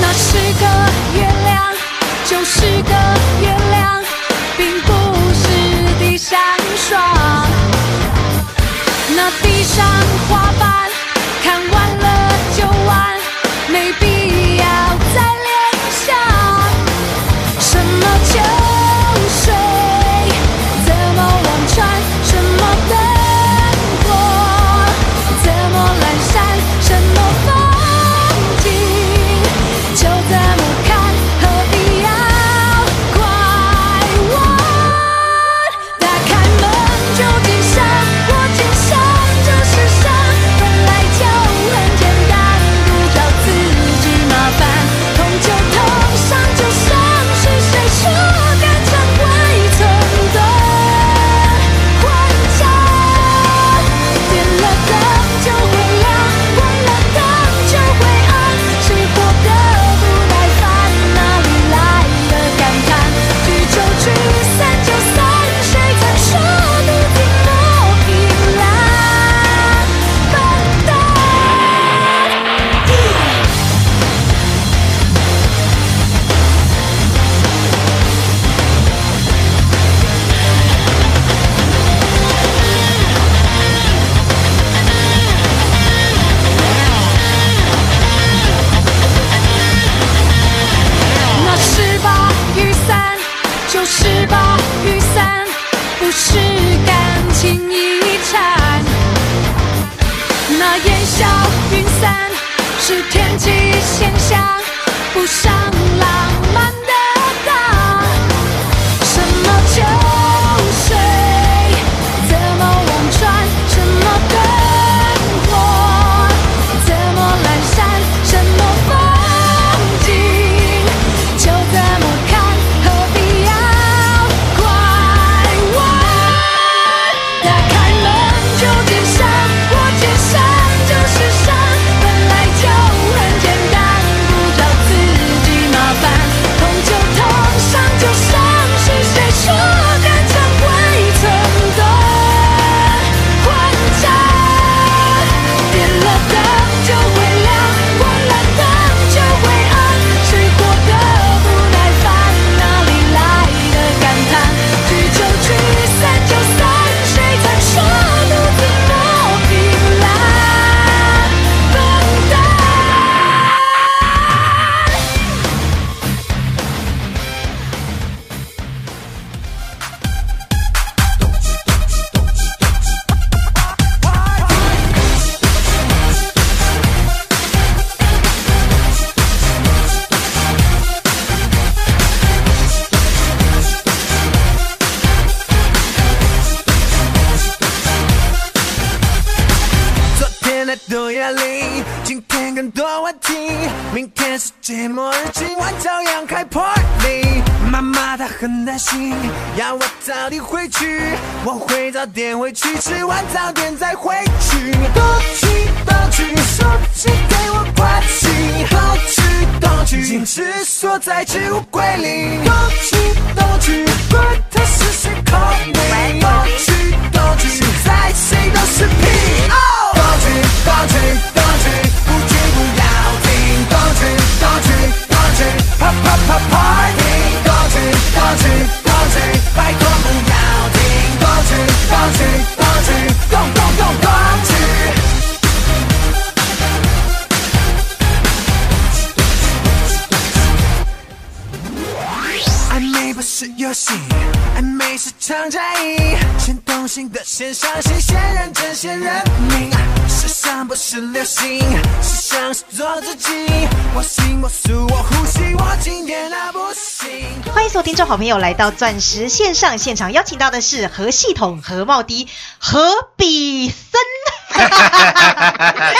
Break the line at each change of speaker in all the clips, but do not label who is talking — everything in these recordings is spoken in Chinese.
那是个月亮，就是个月亮，并不是地上霜。那地上花瓣，看完了就完，没必要再联想。什么秋水，怎么望穿？什么灯火，怎么阑珊？什么风景，就这么看，何必要拐弯？打开门就进山，我进山，这世上本来就很简单，不找自己麻烦，痛就痛，伤就伤，是谁说感伤会存在幻想？点了灯就会亮，关了灯就会暗，谁活得不耐烦？哪里来的感叹？聚就聚，散就散，谁曾说独寂寞平淡？笨蛋。那是把雨伞，就是把雨伞，不是感情一场。那烟消云散是天气现象，不上浪漫的当。什么秋水，怎么望穿？什么灯火，怎么阑珊？什么风景，就这么看，何必要拐弯？打开门就见山，我见山就是山，本来就很简单，不找自己麻烦，痛就痛，伤就伤，是谁说感伤会存在幻想？点了灯就会亮，关了灯就会暗，谁活得不耐烦？哪里来的感叹？聚就聚，散就散，谁曾说独自莫凭栏？笨蛋。
昨天的多压力，今天更多问题，明天世界末日，今晚照样开 party。妈妈她很担心，要我早点回去，我会早点回去，吃完早点再回去。东去东去，手机给我关机。东去东去，坚持锁在置物柜里。东去东去，管他是谁 call me。东去东去，现在谁都是屁。哦东去东去东去，不去不要停。东去东去东去，啪啪啪 party。东去东去东去，拜托不要停。东去东去东去，咚咚咚咚去。暧昧不是游戏，暧昧是场战役，先懂行的线上新鲜人真鲜人名，时尚不是流行，时尚是做自己。我行我素我呼吸，我今天那不行。
欢迎所有听众好朋友来到钻石线上现场，邀请到的是何系统、何茂迪、何比森。何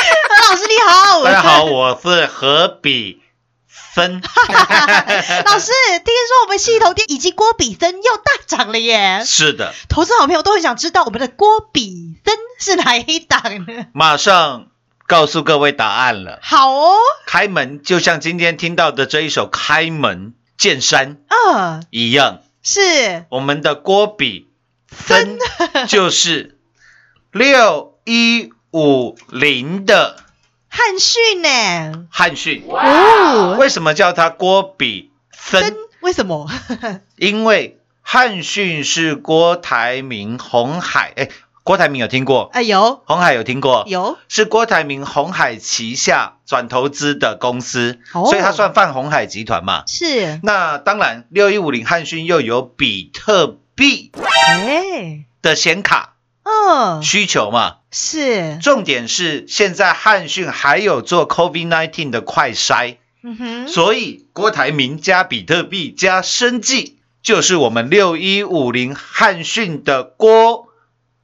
老师你好，
大家好，我是何比森。
老师，听说我们系统店以及郭比森又大涨了耶！
是的，
投资好朋友都很想知道我们的郭比森是哪一档呢？
马上告诉各位答案了。
好哦，
开门就像今天听到的这一首《开门见山》
嗯，
一样，
是
我们的郭比森 就是六一五零的
汉逊呢？
汉逊。
哦，
为什么叫它郭比森
森？为什么？
因为汉逊是郭台铭、红海。哎，郭台铭有听过？
哎有
红海有听过？
有
是郭台铭红海旗下转投资的公司，
哦
所以它算泛红海集团嘛。
是
那当然，六一五零汉讯又有比特币
哎
的显卡
嗯
需求嘛。
是
重点是现在汉讯还有做 COVID-19 的快筛，
嗯哼
所以郭台铭加比特币加生技，就是我们六一五零汉讯的郭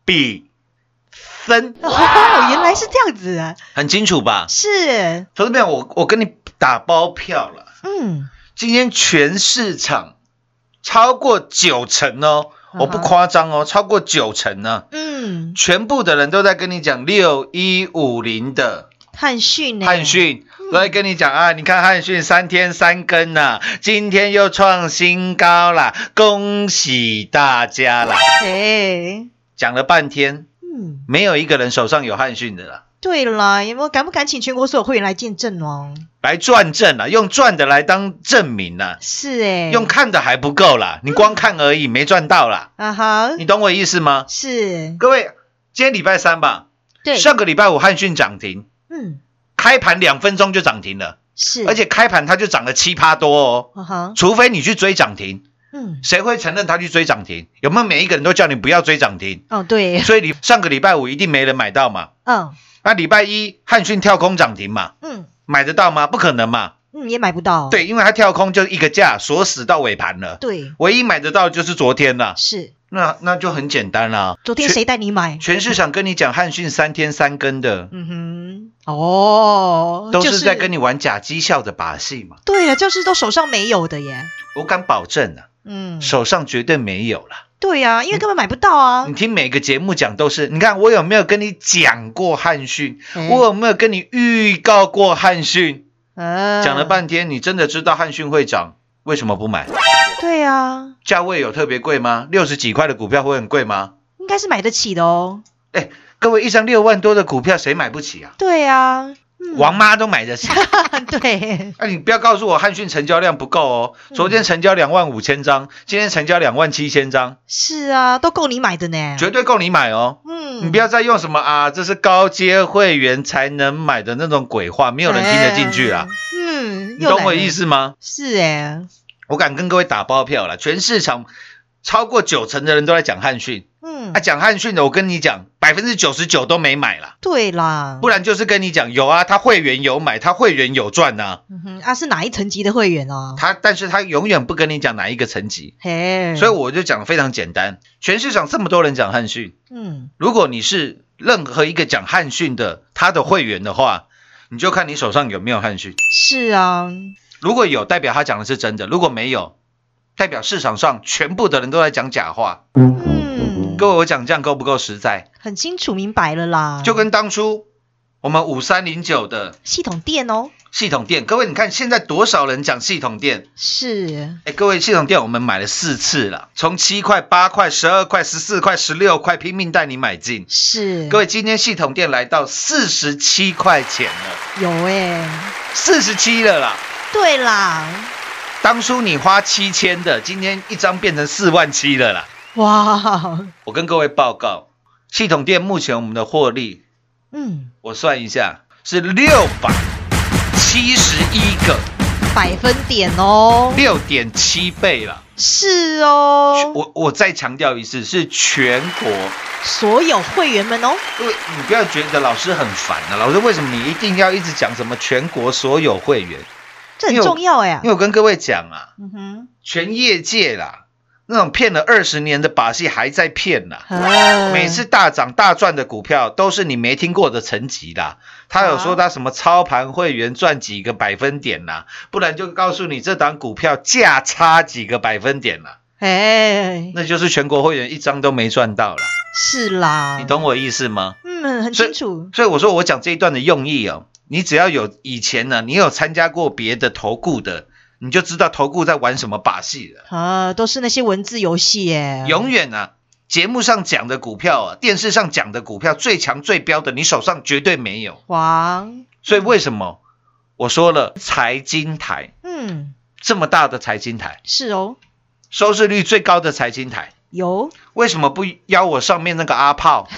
比森，
哦 原来是这样子啊
很清楚吧？
是
投资朋友，我我跟你打包票了，
嗯
今天全市场超过九成哦，
嗯哼
我不夸张哦，超过九成呢、
嗯
全部的人都在跟你讲六一五零的
汉逊呢？
汉讯。都在跟你讲啊，你看汉讯三天三更呐、今天又创新高啦，恭喜大家啦！
哎
讲了半天，
嗯。
没有一个人手上有汉讯的啦，
对啦，有没有敢不敢请全国所有会员来见证哦？
来赚证啦，用赚的来当证明啦。
是哎、
用看的还不够啦，你光看而已，没赚到啦，
啊哈，
你懂我意思吗？
是，
各位，今天礼拜三吧，
对，
上个礼拜五汉讯涨停，
嗯，
开盘两分钟就涨停了，
是，
而且开盘它就涨了七趴多哦。
啊哈，
除非你去追涨停，
嗯，
谁会承认他去追涨停？有没有每一个人都叫你不要追涨停？
哦对，
所以你上个礼拜五一定没人买到嘛？
嗯
那礼拜一汉讯跳空涨停嘛，
嗯
买得到吗？不可能嘛。
嗯，也买不到，
对，因为它跳空就一个价锁死到尾盘了，
对，
唯一买得到就是昨天了。
是，
那那就很简单啦、
昨天谁带你买？
全市场跟你讲汉讯三天三更的，
嗯哼，哦，
都
就是
在跟
你，
你玩假绩效的把戏嘛。
对了，就是都手上没有的耶，
我敢保证啊，
嗯，
手嗯上绝对没有啦。
对呀、因为根本买不到啊
你，听每个节目讲都是，你看我有没有跟你讲过汉讯？
哎
我有没有跟你预告过汉讯？
呃，
讲了，半天，你真的知道汉讯会涨，为什么不买？
对啊，
价位有特别贵吗？六十几块的股票会很贵吗？
应该是买得起的哦，
哎，各位，一张六万多的股票谁买不起啊？
对呀、嗯
王妈都买得起。
对，
哎、你不要告诉我汉讯成交量不够哦，昨天成交两万五千张，今天成交两万七千张，
是啊，都够你买的呢，
绝对够你买哦。
嗯，
你不要再用什么啊，这是高阶会员才能买的那种鬼话，没有人听得进去
哎。
啦。
嗯，
你
又
懂
来
我
了
意？思吗？
是哎、
我敢跟各位打包票了，全市场超过九成的人都在讲汉讯，
嗯，
啊，讲汉讯的，我跟你讲，百分之九十九都没买啦。
对啦，
不然就是跟你讲有啊，他会员有买，他会员有赚呐、
嗯哼，啊，是哪一层级的会员哦？
他但是他永远不跟你讲哪一个层级，
嘿，
所以我就讲得非常简单，全市场这么多人讲汉讯，
嗯，
如果你是任何一个讲汉讯的他的会员的话，你就看你手上有没有汉讯。
是啊，
如果有，代表他讲的是真的；如果没有，代表市场上全部的人都在讲假话。
嗯，
各位，我讲这样够不够实在？
很清楚明白了啦，
就跟当初我们五三零九的
系统店哦，
系统店，各位你看现在多少人讲系统店？
是，
哎，各位系统店我们买了四次了，从七块、八块、十二块、十四块、十六块拼命带你买进。
是，
各位，今天系统店来到四十七块钱了，
有哎、
四十七了啦。
对啦，
当初你花七千的，今天一张变成四万七了啦。
哇，
我跟各位报告，系统店目前我们的获利，
嗯，
我算一下是六百七十一个
百分点哦，
六点七倍了。
是哦，
我我再强调一次，是全国。
所有会员们哦，
因为你不要觉得老师很烦啊，老师为什么你一定要一直讲什么全国所有会员？
这很
因为我
重要哎呀
因。为我跟各位讲啊，
嗯哼，
全业界啦，那种骗了二十年的把戏还在骗啦。
啊
每次大涨大赚的股票都是你没听过的层级啦。他有说他什么操盘会员赚几个百分点啦，不然就告诉你这档股票价差几个百分点啦，
哎，
那就是全国会员一张都没赚到啦。
是啦，
你懂我意思吗？
嗯，很
所以
清楚，
所以我说我讲这一段的用意哦，你只要有以前呢，你有参加过别的投顾的，你就知道投顾在玩什么把戏了。
啊，都是那些文字游戏耶，
永远啊，节目上讲的股票啊，电视上讲的股票最强最标的，你手上绝对没有。
黄，
所以为什么我说了财经台
嗯，
这么大的财经台，
是哦，
收视率最高的财经台，
有，
为什么不邀我上面那个阿炮？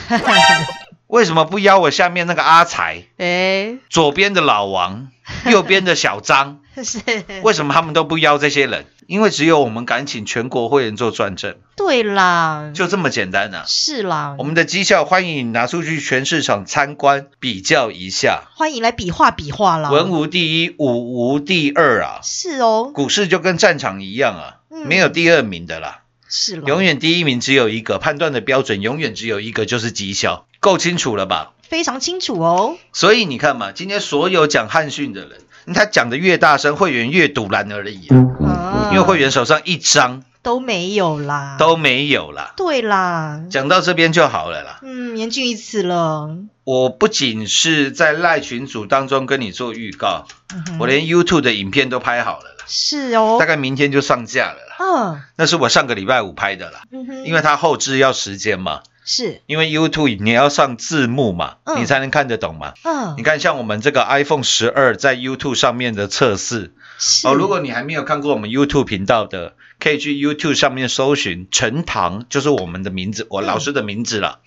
为什么不邀我下面那个阿财？
哎，
左边的老王，右边的小张，
是，
为什么他们都不邀这些人？因为只有我们敢请全国会员做转正，
对啦，
就这么简单啊！
是啦，
我们的绩效欢迎你拿出去全市场参观比较一下，
欢迎来比划比划啦，
文无第一，武无第二啊！
是哦，
股市就跟战场一样啊，
嗯
没有第二名的啦，
是啦，
永远第一名只有一个，判断的标准永远只有一个，就是绩效，够清楚了吧？
非常清楚哦，
所以你看嘛，今天所有讲汉讯的人，他讲的越大声，会员越堵然而已啊、
啊，
因为会员手上一张
都没有啦，
都没有啦。
对啦，
讲到这边就好了啦。
嗯，言尽于此了，
我不仅是在赖群组当中跟你做预告，
嗯哼
我连 YouTube 的影片都拍好了啦，
是哦
大，概明天就上架了啦。
嗯，
那是我上个礼拜五拍的啦，
嗯哼，
因为它后置要时间嘛，
是，
因为 YouTube 你要上字幕嘛，
嗯
你才能看得懂嘛。
嗯
你，看，像我们这个 iPhone 十二在 YouTube 上面的测试
是
哦，如果你还没有看过我们 YouTube 频道的，可以去 YouTube 上面搜寻陈堂，就是我们的名
嗯
字，我老师的名字了。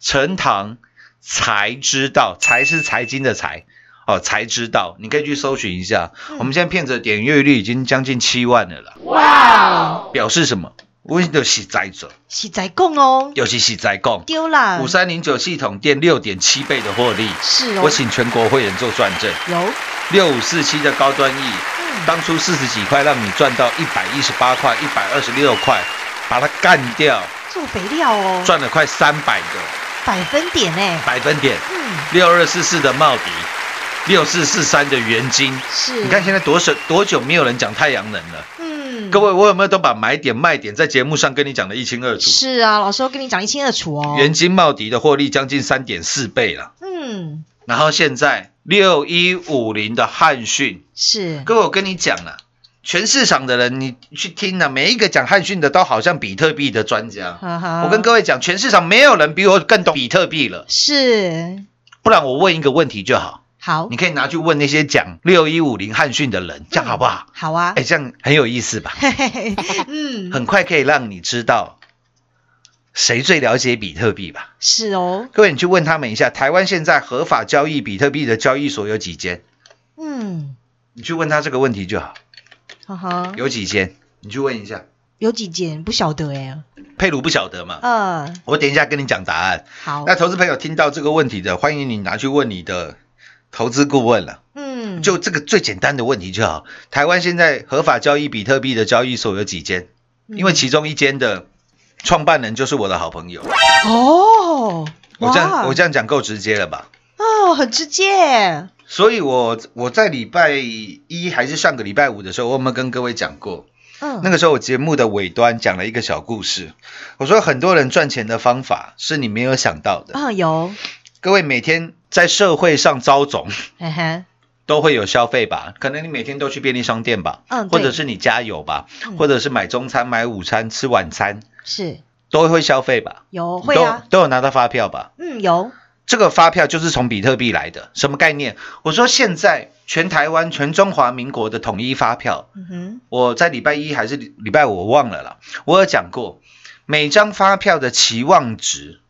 陈堂才知道，才是财经的财哦，才知道，你可以去搜寻一下。
嗯
我们现在骗子的点阅率已经将近七万了啦，
哇，哦
表示什么？我就是在者，
是在供哦，
尤其是在供
丢啦，
五三零九系统店六点七倍的获利，
嗯是哦
我，请全国会员做转正。
有，嗯
六五四七的高端 E，当初四十几块让你赚到一百一十八块、一百二十六块，把它干掉，
做肥料哦，
赚了快三百个
百分点哎，
百分点。
嗯，
六二四四的茂迪，六四四三的元金，
是，
你看，现在多久多久没有人讲太阳能了？
嗯，
各位，我有没有都把买点卖点在节目上跟你讲的一清二楚？
是啊，老师都跟你讲一清二楚哦，
元金茂迪的获利将近三点四倍了，
嗯，
然后现在六一五零的汉讯。
是，
各位，我跟你讲啊，全市场的人你去听啊，每一个讲汉讯的都好像比特币的专家。
哈哈，
我跟各位讲，全市场没有人比我更懂比特币了。
是
不然我问一个问题就好，
好
你，可以拿去问那些讲六一五零汉讯的人，这样好不好？
好啊
哎、，这样很有意思吧？
嘿嘿嘿， 嗯，
很快可以让你知道谁最了解比特币吧。
是哦，
各位，你去问他们一下，台湾现在合法交易比特币的交易所有几间？
嗯，
你去问他这个问题就好，
哈哈，
有几间？你去问一下。
有几件不晓得哎，
佩鲁不晓得嘛？
嗯，
我等一下跟你讲答案。
好
那，投资朋友听到这个问题的，欢迎你拿去问你的投资顾问了。
嗯，
就这个最简单的问题就好。台湾现在合法交易比特币的交易所有几间？因为
嗯
其中一间的创办人就是我的好朋友。
哦，
我这样
哇
我这样讲够直接了吧？
哦，很直接，
所以我我在礼拜一还是上个礼拜五的时候，我有没有跟各位讲过？
嗯，
那个时候我节目的尾端讲了一个小故事，我说很多人赚钱的方法是你没有想到的。
啊有，
各位每天在社会上遭总，
嘿嘿，
都会有消费吧？可能你每天都去便利商店吧，
嗯，
或
对
者是你加油吧，
嗯
或者是买中餐、买午餐、吃晚餐，
是
都会消费吧？
有会
都
啊，
都有拿到发票吧？
嗯有，
这个发票就是从比特币来的，什么概念？我说现在全台湾、全中华民国的统一发票，
嗯哼，
我在礼拜一还是礼礼拜五我忘了啦，我有讲过，每张发票的期望值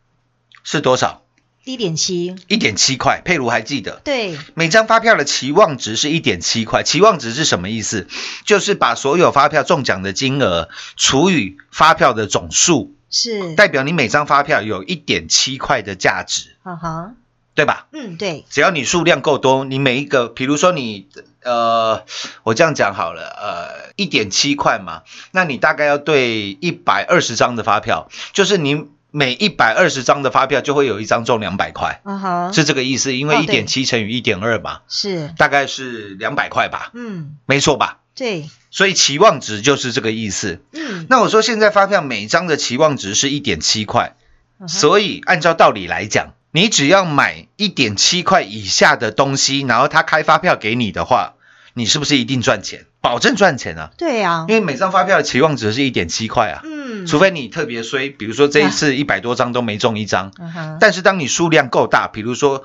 是多少？
一点七，
一点七块，佩如还记得。
对，
每张发票的期望值是一点七块，期望值是什么意思？就是把所有发票中奖的金额除以发票的总数，
是，
代表你每张发票有一点七块的价值，
哈啊哈，
对吧？
嗯，对，
只要你数量够多，你每一个，比如说你呃，我这样讲好了，呃，一点七块嘛，那你大概要对一百二十张的发票，就是你每一百二十张的发票就会有一张中两百块，
啊哈，
是这个意思，因为
哦
一
对
点七乘以一点二嘛，
是，
大概是两百块吧，
嗯，
没错吧？
对，
所以期望值就是这个意思。
嗯，
那我说现在发票每张的期望值是一点七块，
嗯哼
所以按照道理来讲，你只要买一点七块以下的东西，然后他开发票给你的话，你是不是一定赚钱？保证赚钱啊！
对啊，
因为每张发票的期望值是一点七块啊，
嗯，
除非你特别衰，比如说这一次一百多张都没中一张，
嗯哼，
但是当你数量够大，比如说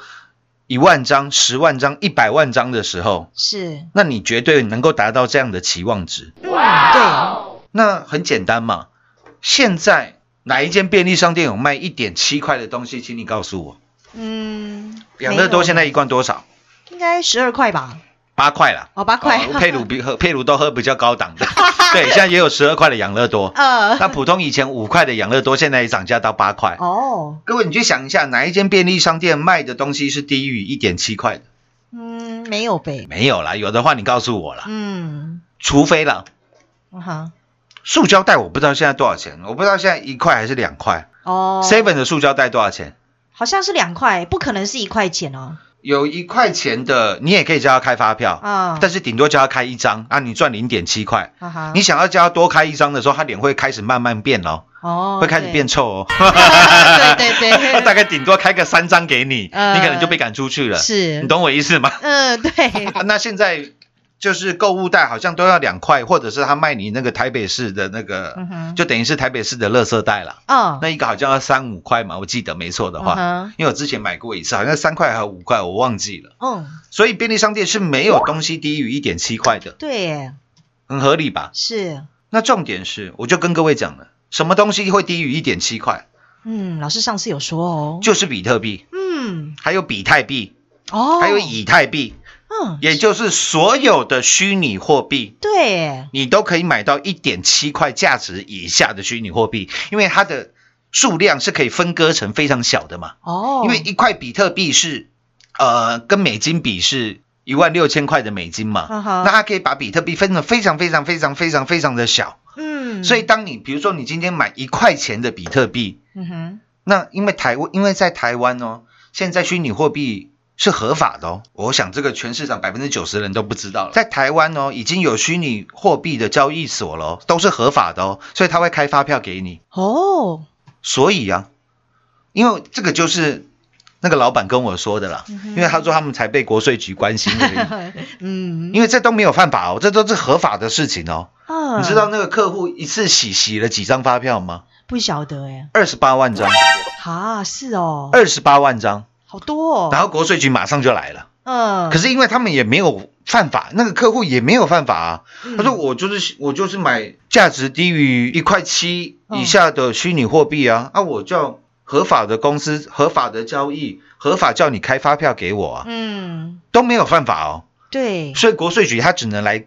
一万张、十万张、一百万张的时候，
是，
那你绝对能够达到这样的期望值。
嗯，对，
那很简单嘛，现在哪一间便利商店有卖一点七块的东西？请你告诉我。
嗯，
养乐多现
在
在一罐多少？
应该十二块吧？
八块啦。
哦，八块，
哦佩鲁比喝佩鲁都喝比较高档的，对，现在也有十二块的养乐多。那
呃，
普通以前五块的养乐多，现在也涨价到八块。
哦，
各位，你去想一下，哪一间便利商店卖的东西是低于一点七块的？
嗯，没有呗，
没有啦，有的话你告诉我啦，
嗯，
除非啦，
啊哈，
塑胶袋我不知道现在多少钱，我不知道现在一块还是两块。
哦
Seven 的塑胶袋多少钱？
好像是两块，不可能是一块钱哦，
有一块钱的，你也可以叫他开发票，
啊
但是顶多叫他开一张啊，你赚零点七块。
啊哈，
你想要叫他多开一张的时候，他脸会开始慢慢变哦，
哦，
会开始
对
变，臭哦。
对对 对
他大概顶多开个三张给你，
呃
你可能就被赶出去了。
是
你懂我意思吗？
嗯，对，
啊那现在就是购物袋好像都要两块，或者是他卖你那个台北市的那个
嗯，哼，
就等于是台北市的垃圾袋了。
哦，
那一个好像要三五块嘛，我记得没错的话，
嗯哼
因为我之前买过一次，好像三块还有五块，我忘记了。
嗯，
所以便利商店是没有东西低于一点七块的，
对耶，
很合理吧？
是，
那重点是，我就跟各位讲了，什么东西会低于一点七块？
嗯，老师上次有说哦，
就是比特币，
嗯，
还有比特币，
哦，
还有，以太币，
嗯，
也就是所有的虚拟货币，
对耶，
你都可以买到一点七块价值以下的虚拟货币，因为它的数量是可以分割成非常小的嘛。
哦，
因为一块比特币是，呃，跟美金比是一万六千块的美金嘛，
啊哈
那它可以把比特币分成非常非常非常非常非常的小，
嗯，
所以，当你比如说你今天买一块钱的比特币，
嗯哼，
那因为台湾因为在台湾哦，现在虚拟货币。是合法的哦，我想这个全市场百分之九十人都不知道了。在台湾哦，已经有虚拟货币的交易所了哦，都是合法的哦，所以他会开发票给你。
哦，
所以啊，因为这个就是那个老板跟我说的啦，因为他说他们才被国税局关心而
嗯
已，，因为这都没有犯法哦，这都是合法的事情哦。
啊
你知道那个客户一次洗洗了几张发票吗？
不晓得哎，
二十八万张，
哈，是哦，
二十八万张，
好多哦，
然后国税局马上就来了。
嗯，
可是因为他们也没有犯法，那个客户也没有犯法啊。
嗯
他说我就是我就是买价值低于一块七以下的虚拟货币
嗯
啊，啊我叫合法的公司合法的交易，合法叫你开发票给我啊，
嗯，
都没有犯法哦。
对，
所以国税局他只能来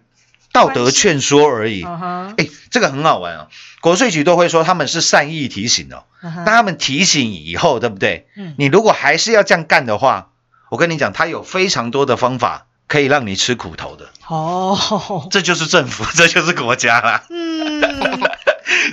道德劝说而已。
嗯哼，
哎，这个很好玩哦，国税局都会说他们是善意提醒哦，
嗯哼
那他们提醒以后，对不对？
嗯
你如果还是要这样干的话，我跟你讲，他有非常多的方法可以让你吃苦头的。
哦，
这就是政府， 这就是国家啦。
嗯，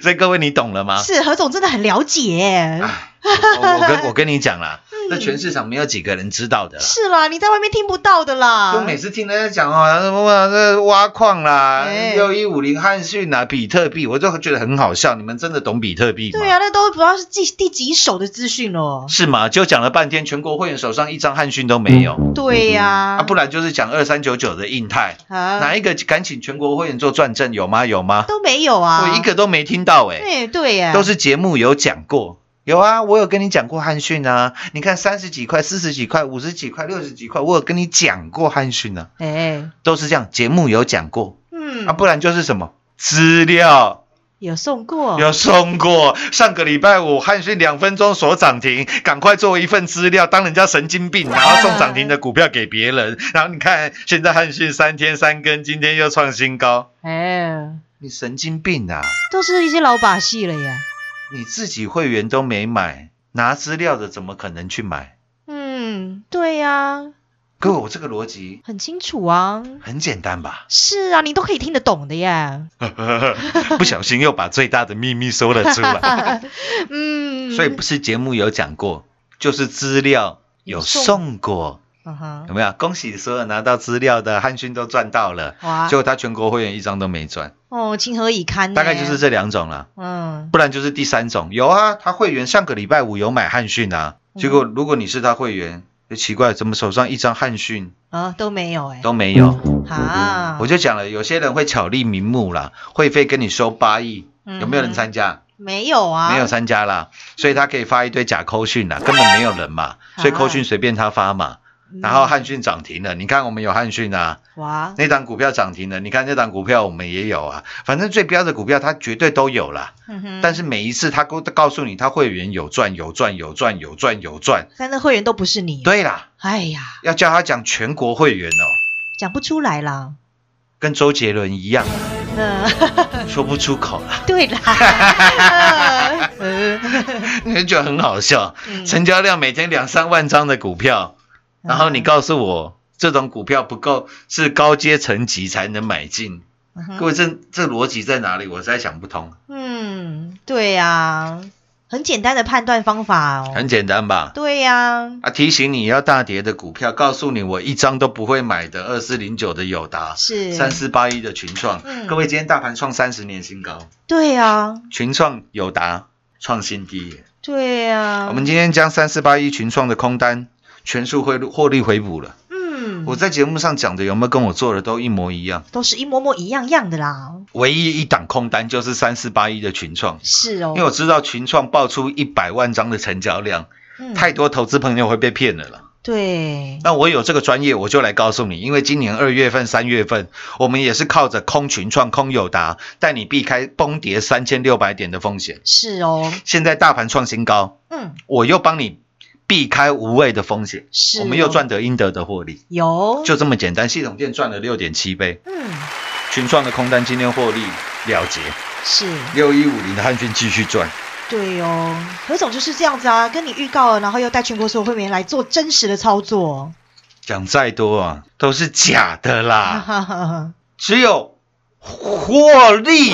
所以各位，你懂了吗？
是何总真的很了解耶，
我我跟 我跟你讲啦，这全市场没有几个人知道的啦。
嗯是啊啦，你在外面听不到的啦，
就每次听人家讲哦，什么这挖矿啦
哎，
六一五零汉逊啦，比特币，我就觉得很好笑。你们真的懂比特币吗？
对啊，那都不知道是第第几手的资讯哦。
是吗？就讲了半天，全国会员手上一张汉逊都没有
对呀、
啊，不然就是讲二三九九的印泰，
啊
哪一个敢请全国会员做转正？有吗？有吗？
都没有啊，
我一个都没听到哎、
对对啊呀、
都是节目有讲过。有啊，我有跟你讲过汉逊啊。你看三十几块、四十几块、五十几块、六十几块，我有跟你讲过汉逊啊，
哎，
都是这样。节目有讲过啊
嗯，
啊，不然就是什么资料
有送过，
有送过。上个礼拜五汉讯两分钟锁涨停，赶快做一份资料，当人家神经
啊
病，然后送涨停的股票给别人。然后你看，现在汉讯三天三更，今天又创新高，
哎，
你神经病啊！
都是一些老把戏了耶。
你自己会员都没买，拿资料的怎么可能去买？
嗯，对呀、
各位，我这个逻辑
很清楚啊。
很简单吧？
是啊，你都可以听得懂的耶。
不小心又把最大的秘密说了出来。
嗯，
所以不是节目有讲过，就是资料有送过，
嗯哼，
有没有？恭喜所有拿到资料的汉勋都赚到了，
哇
结，果他全国会员一张都没赚，
哦，情何以堪呢？
大概就是这两种了。
嗯，
不然就是第三种，有啊，他会员上个礼拜五有买汉讯啊，
嗯
结果如果你是他会员，就奇怪，怎么手上一张汉讯
啊，都没有哎、
都没有？
啊，
我就讲了，有些人会巧立名目啦，会费跟你收八亿，
嗯
有没有人参加？
没有啊，
没有参加啦，所以他可以发一堆假扣讯啦，根本没有人嘛，所以扣讯随便他发嘛。
啊嗯，
然后汉讯涨停了，你看我们有汉讯啊，
哇，
那档股票涨停了，你看这档股票我们也有啊，反正最标的股票它绝对都有啦。
嗯哼
但是每一次他告告诉你他会员有赚有赚有赚有赚有赚，
但那会员都不是你，，
对啦，
哎呀，
要叫他讲全国会员哦，
讲不出来啦，
跟周杰伦一 样，
呃，
说不出口啦，
对啦，呃呃
你就觉得很好笑。
嗯
成交量每天两三万张的股票，然后你告诉我这种股票不够是高阶层级才能买进，
嗯哼
各位这这逻辑在哪里？我实在想不通。
嗯，对呀、很简单的判断方法哦。
很简单吧？
对呀、
啊，提醒你要大跌的股票，告诉你我一张都不会买的二四零九的友达，
是
三四八一的群创。
嗯
各位，今天大盘创三十年新高，
对呀、
群创、友达创新低耶。
对呀、
我们今天将三四八一群创的空单全数汇入获利回补了。
嗯，
我在节目上讲的有没有跟我做的都一模一样？
都是一模模一样样的啦。
唯一一档空单就是三四八一的群创，
是哦
因为，我知道群创爆出一百万张的成交量，
嗯
太多投资朋友会被骗了啦。
对，
那我有这个专业，我就来告诉你，因为今年二月份、三月份，我们也是靠着空群创、空友达，带你避开崩跌三千六百点的风险。
是哦，
现在大盘创新高，
嗯，
我又帮你避开无谓的风险，
是哦
我们又赚得应得的获利，
有，
就这么简单。系统店赚了六点七倍，
嗯，
群创的空单今天获利了结，
是
六一五零的汉讯继续赚。
对哦。何总就是这样子啊，跟你预告了，然后又带全国所有会员来做真实的操作。
讲再多啊，都是假 的啦，
嗯，
只有获利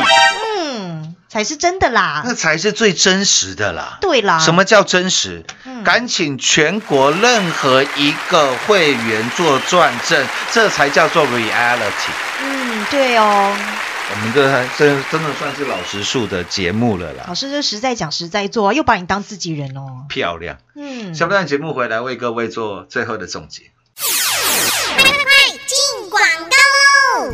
嗯才是真的啦
那。才是最真实的啦。
对啦，
嗯什么叫真实？
嗯
敢请全国任何一个会员做转正，这才叫做 reality。
嗯，对哦，
我们这还这真的算是老实数的节目了
老
啦，
师就实在讲实在做啊，又把你当自己人哦。
漂亮。
嗯，
下半段节目回来为各位做最后的总结。
进广告喽！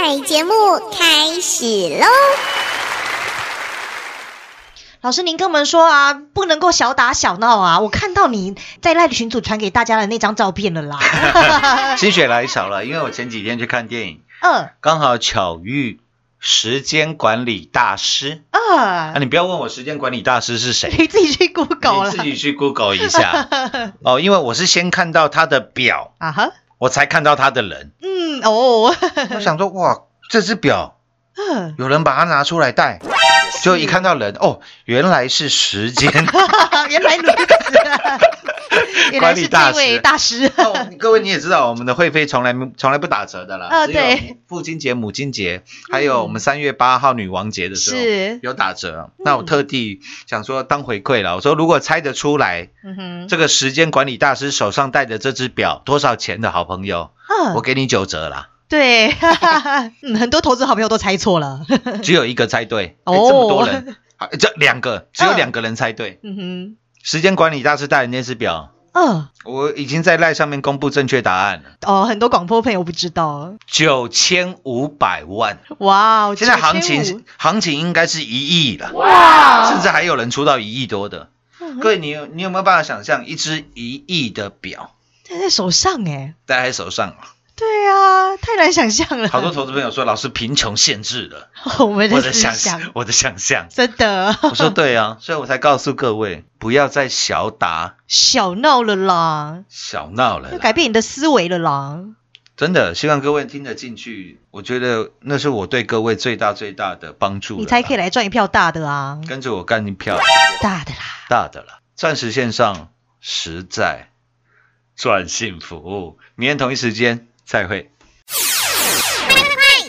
彩节目开始喽！
老师，您跟我们说啊，不能够小打小闹啊！我看到你在赖群组传给大家的那张照片了啦。 嗯
心血来潮了，因为我前几天去看电影，
二
刚好巧遇时间管理大师。啊，
二，
你不要问我时间管理大师是谁，
你自己去 Google 了
你自己去 Google 一下哦，因为我是先看到他的表，
啊哈，
我才看到他的人。
嗯哦，
我想说，哇，这只表
嗯
有人把它拿出来戴，就一看到人，哦，原来是 时间
原来如此，原来
管理
是
大
这
师
位大师。
哦，各位你也知道，我们的会费从来没从来不打折的啦，
呃
只有
对嗯
父亲节、母亲节，还有我们三月八号女王节的时候
是
有打折。那我特地想说当回馈了，我说如果猜得出来
嗯哼，
这个时间管理大师手上戴的这只表多少钱的好朋友，我
啊，
给你九折 啦，
对， 嗯很多投资好朋友都猜错 了。
只有一个猜对，诶
哦
这么多 人，啊这两个只有两个人猜对。
嗯
时间管理大师戴的那只表，
哼，嗯，
我已经在赖上面公布正确答案了，
哦，很多广播朋友不知道。
九千五百万。
哇，
现在
9500
行情是行情应该是一亿了，甚至还有人出到一亿多的。各位，你有你有没有办法想象一只一亿的表
戴在手上哎、
戴在手上？
对啊，太难想象了。
好多投资朋友说，老师贫穷限制了
我们
我
的
的
思
想
想，。
我的想象
真的
我说对啊， 所以我才告诉各位，不要再小打
小闹了啦，
小闹了
要
啦。
改变你的思维了啦。
真的，希望各位听得进去。我觉得那是我对各位最大最大的帮助了啦。
你才可以来赚一票大的啊，
跟着我干一票。
大的啦。
大的了。钻石线上实在赚幸福，明天同一时间再会。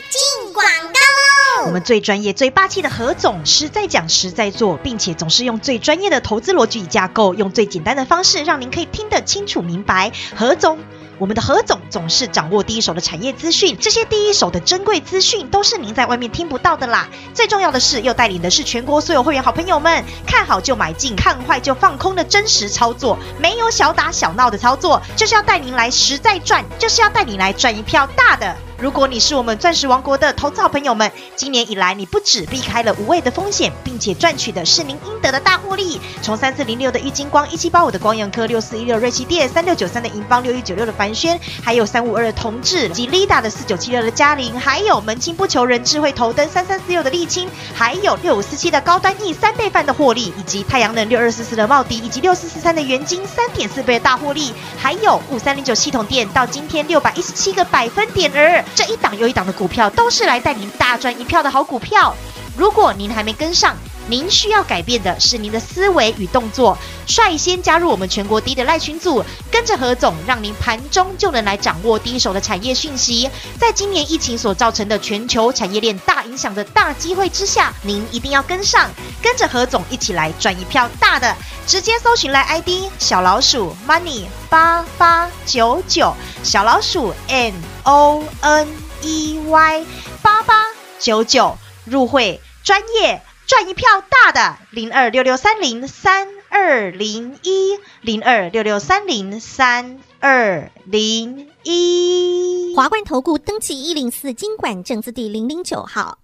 进广告
我
喽！
们最专业、最霸气的何总，实在讲、实在做，并且总是用最专业的投资逻辑与架构，用最简单的方式，让您可以听得清楚明白。何总。我们的何总总是掌握第一手的产业资讯，这些第一手的珍贵资讯都是您在外面听不到的啦。最重要的是，又带领的是全国所有会员好朋友们，看好就买进，看坏就放空的真实操作，没有小打小闹的操作，就是要带您来实在赚，就是要带你来赚一票大的。如果你是我们钻石王国的投资好朋友们，今年以来你不只避开了无谓的风险，并且赚取的是您应得的大获利。从三四零六的玉金光、一七八五的光阳科、六四一六瑞奇电、三六九三的银邦、六一九六的凡轩，还有三五二的同志及 Lida 的四九七六的嘉玲，还有门清不求人智慧头灯三三四六的沥青，还有六五四七的高端 E 三倍半的获利，以及太阳能六二四四的茂迪，以及六四四三的元金三点四倍的大获利，还有五三零九系统店到今天六百一十七个百分点而这一档又一档的股票都是来带您大赚一票的好股票。如果您还没跟上，您需要改变的是您的思维与动作，率先加入我们全国第一的赖群组，跟着何总，让您盘中就能来掌握第一手的产业讯息。在今年疫情所造成的全球产业链大影响的大机会之下，您一定要跟上，跟着何总一起来赚一票大的。直接搜寻来 ID 小老鼠 money 八八九九，小老鼠 n o n e y 八八九九入会专业赚一票大的零二六六三零三二零一零二六六三零三二零一。
华冠投顾登记一零四经管证字第零零九号。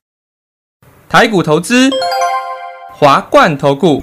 台股投资，华冠投顾。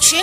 全